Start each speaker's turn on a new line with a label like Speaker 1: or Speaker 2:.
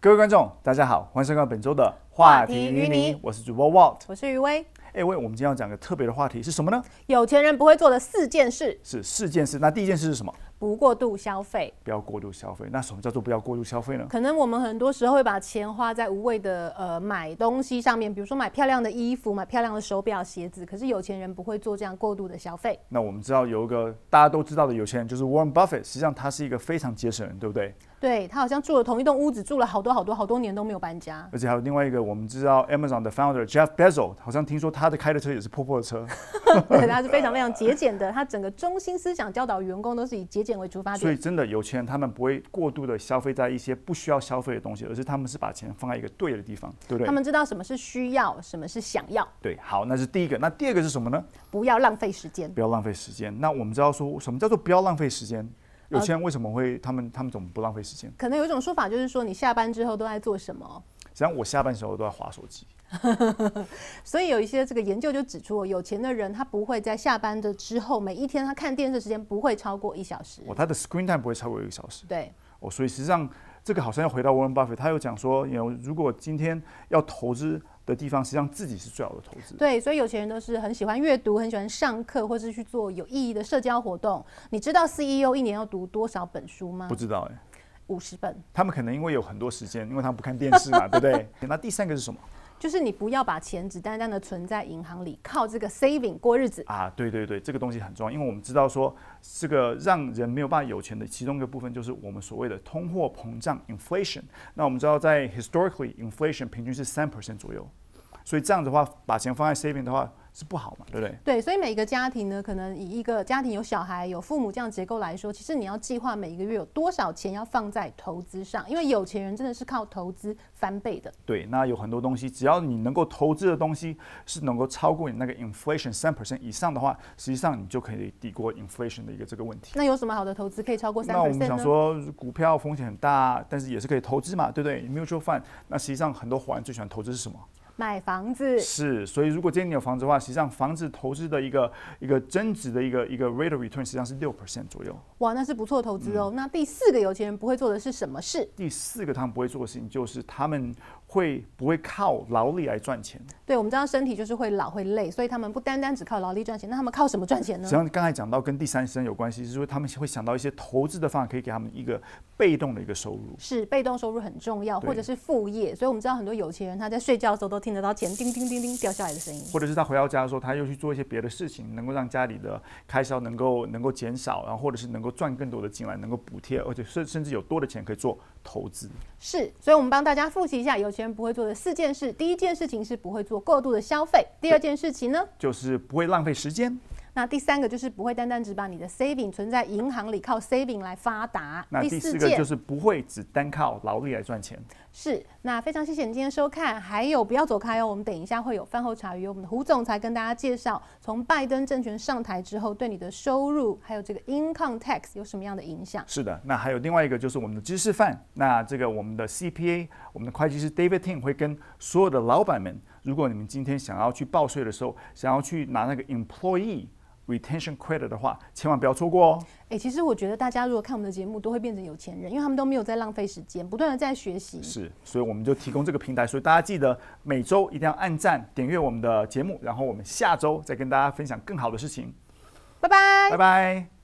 Speaker 1: 各位观众，大家好，欢迎收看本周的
Speaker 2: 话题与你
Speaker 1: 我是主播 Walt。
Speaker 2: 我是余薇。
Speaker 1: 哎，喂，我们今天要讲个特别的话题是什么呢？
Speaker 2: 有钱人不会做的四件事：
Speaker 1: 是四件事。那第一件事是什么？
Speaker 2: 不过度消费。
Speaker 1: 不要过度消费。那什么叫做不要过度消费呢？
Speaker 2: 可能我们很多时候会把钱花在无谓的呃买东西上面，比如说买漂亮的衣服、买漂亮的手表、鞋子。可是有钱人不会做这样过度的消费。
Speaker 1: 那我们知道有一个大家都知道的有钱人，就是 Warren Buffett，实际上他是一个非常节省人，对不对？
Speaker 2: 对他好像住了同一栋屋子，住了好多好多好多年都没有 搬家。
Speaker 1: 而且还有另外一个，我们知道 Amazon 的 founder Jeff Bezos，好像听说他的开的车也是破破的车，
Speaker 2: 对，他是非常非常节俭的。他整个中心思想教导员工都是以节俭为出发
Speaker 1: 所以
Speaker 2: 点。
Speaker 1: 真的有钱人他们不会过度的消费在一些不需要消费的东西，而是他们是把钱放在一个对的地方，对不
Speaker 2: 他
Speaker 1: 对？
Speaker 2: 们知道什么是需要，什么是想要，
Speaker 1: 对，好，那是第一个。那第二个是什么呢？
Speaker 2: 不要浪费时间。
Speaker 1: 不要浪费时间。那我们知道说什么叫做不要浪费时间？有钱人为什么会他们他们怎么不浪费时间？
Speaker 2: 可能有一种说法就是说，你下班之后都在做什么？
Speaker 1: 实际上我下班时候都在划手机，
Speaker 2: 所以有一些这个研究就指出哦，有钱的人他不会在下班的之后，每一天他看电视时间不会超过一小时。
Speaker 1: 我他的 screen time 不会超过一个小时。
Speaker 2: 对，
Speaker 1: 哦，所以实际上这个好像要回到 Warren Buffett，他有讲说，you know，如果今天要投资的地方，实际上自己是最好的投资。
Speaker 2: 对，所以有钱人都是很喜欢阅读，很喜欢上课，或是去做有意义的社交活动。你知道 CEO 一年要读多少本书吗
Speaker 1: 不？知道哎、
Speaker 2: 五十本。
Speaker 1: 他们可能因为有很多时间，因为他们不看电视嘛，对不对？那第三个是什么
Speaker 2: 就是你不要把钱只单单的存在银行里，靠这个 saving 过日子。
Speaker 1: 啊？对对对，这个东西很重要，因为我们知道说，这个让人没有办法有钱的其中一个部分，就是我们所谓的通货膨胀 （inflation）。那我们知道，在 historically inflation 平均是三 percent 左右，所以这样子的话，把钱放在 saving 的话是不好嘛，对不对？
Speaker 2: 对，所以每一个家庭呢，可能以一个家庭有小孩、有父母这样结构来说，其实你要计划每一个月有多少钱要放在投资上，因为有钱人真的是靠投资翻倍的。
Speaker 1: 对，那有很多东西，只要你能够投资的东西是能够超过你那个 inflation 三 percent 以上的话，实际上你就可以抵过 inflation 的一个这个问题。
Speaker 2: 那有什么好的投资可以超过三
Speaker 1: 那我
Speaker 2: percent
Speaker 1: 们想
Speaker 2: 呢？
Speaker 1: 说，股票风险很大，但是也是可以投资嘛，对不对？mutual fund。那实际上很多华人最喜欢投资是什么？
Speaker 2: 买房子，
Speaker 1: 是，所以如果今天你有房子的话，实际上房子投资的一个一个增值的一个一个 rate of return 实际上是六 percent 左右。
Speaker 2: 哇，那是不错的投资
Speaker 1: 嗯
Speaker 2: 哦。那第四个有钱人不会做的是什么事？
Speaker 1: 第四个他们不会做的事情就是他们会不会靠劳力来赚钱？
Speaker 2: 对，我们知道身体就是会老会累，所以他们不单单只靠劳力赚钱，那他们靠什么赚钱
Speaker 1: 实
Speaker 2: 呢
Speaker 1: 际？上刚才讲到跟第三生有关系，就是说他们会想到一些投资的方法，可以给他们一个被动的一个收入。
Speaker 2: 是被动收入很重要，
Speaker 1: 对
Speaker 2: 或者是副业。所以我们知道很多有钱人他在睡觉的时候都听得到钱叮叮叮叮掉下来的声音。
Speaker 1: 或者是他回到家的时候，他又去做一些别的事情，能够让家里的开销能够能够减少，然后或者是能够赚更多的进来，能够补贴，而且甚甚至有多的钱可以做投资。
Speaker 2: 是，所以我们帮大家复习一下有钱人不会做的四件事。第一件事情是不会做过度的消费，第二件事情呢，
Speaker 1: 就是不会浪费时间。
Speaker 2: 那第三个就是不会单单只把你的 saving 存在银行里，靠 saving 来发达。
Speaker 1: 那第四
Speaker 2: 四
Speaker 1: 个
Speaker 2: 件
Speaker 1: 就是不会只单靠劳力来赚钱。
Speaker 2: 是，那非常谢谢你今天收看，还有不要走开哦，我们等一下会有饭后茶余，我们的胡总裁跟大家介绍从拜登政权上台之后对你的收入还有这个 income tax 有什么样的影响。
Speaker 1: 是的，那还有另外一个就是我们的知识范，那这个我们的 CPA，我们的会计师 David Ting 会跟所有的老板们，如果你们今天想要去报税的时候，想要去拿那个 employee retention credit 的话，千万不要错过哦。
Speaker 2: 诶，其实我觉得大家如果看我们的节目，都会变成有钱人，因为他们都没有在浪费时间，不断的在学习。
Speaker 1: 是，所以我们就提供这个平台，所以大家记得每周一定要按赞、点阅我们的节目，然后我们下周再跟大家分享更好的事情。
Speaker 2: 拜拜
Speaker 1: 拜。拜。